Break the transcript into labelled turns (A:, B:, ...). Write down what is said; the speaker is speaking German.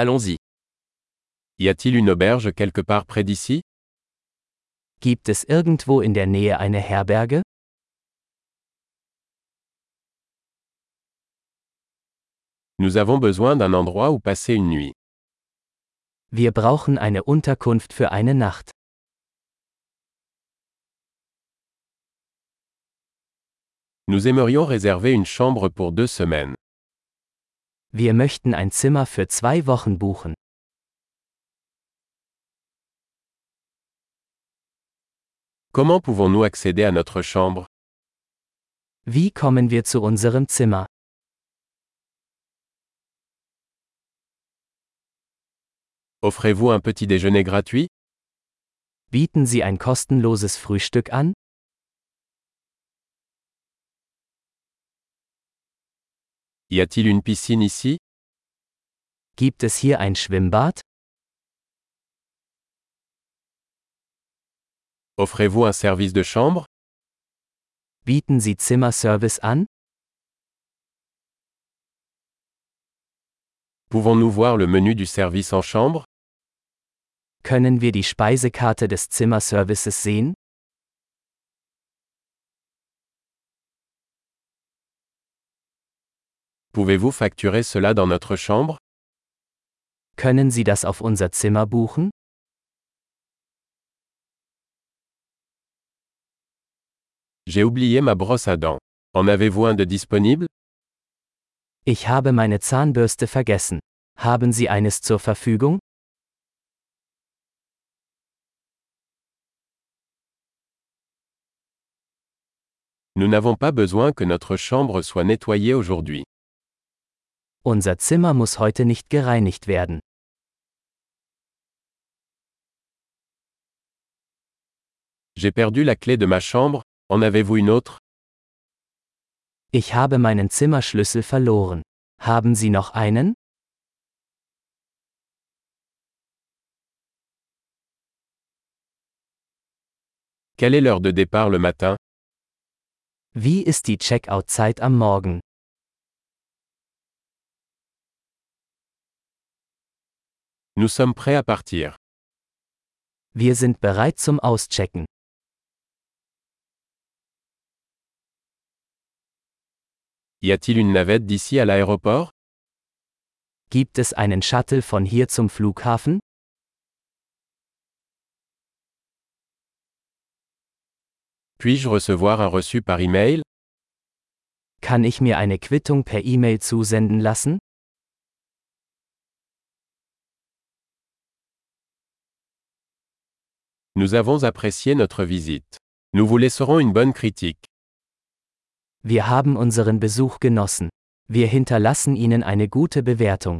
A: Allons-y. Y a-t-il une auberge quelque part près d'ici
B: Gibt es irgendwo in der Nähe eine Herberge?
A: Nous avons besoin d'un endroit où passer une nuit.
B: Wir brauchen eine Unterkunft für eine Nacht.
A: Nous aimerions réserver une chambre pour deux semaines.
B: Wir möchten ein Zimmer für zwei Wochen buchen.
A: Comment pouvons-nous accéder à notre chambre
B: Wie kommen wir zu unserem Zimmer?
A: Offrez-vous un petit déjeuner gratuit
B: Bieten Sie ein kostenloses Frühstück an?
A: Y a-t-il une piscine ici
B: Gibt es hier ein Schwimmbad?
A: Offrez-vous un service de chambre
B: Bieten Sie Zimmerservice an?
A: Pouvons-nous voir le menu du service en chambre
B: Können wir die Speisekarte des Zimmerservices sehen?
A: Pouvez-vous facturer cela dans notre chambre
B: Können Sie das auf unser Zimmer buchen?
A: J'ai oublié ma brosse à dents. En avez-vous un de disponible
B: Ich habe meine Zahnbürste vergessen. Haben Sie eines zur Verfügung?
A: Nous n'avons pas besoin que notre chambre soit nettoyée aujourd'hui.
B: Unser Zimmer muss heute nicht gereinigt werden.
A: J'ai perdu la clé de ma chambre, en avez-vous une autre
B: Ich habe meinen Zimmerschlüssel verloren. Haben Sie noch einen?
A: Quelle est l'heure de départ le matin
B: Wie ist die Checkout-Zeit am Morgen?
A: Nous sommes prêts à partir.
B: Wir sind bereit zum Auschecken.
A: Y a-t-il une navette d'ici à l'aéroport
B: Gibt es einen Shuttle von hier zum Flughafen?
A: Puis-je recevoir un reçu par email
B: Kann ich mir eine Quittung per E-Mail zusenden lassen?
A: Nous avons apprécié notre visite. Nous vous laisserons une bonne critique.
B: Wir haben unseren Besuch genossen. Wir hinterlassen Ihnen eine gute Bewertung.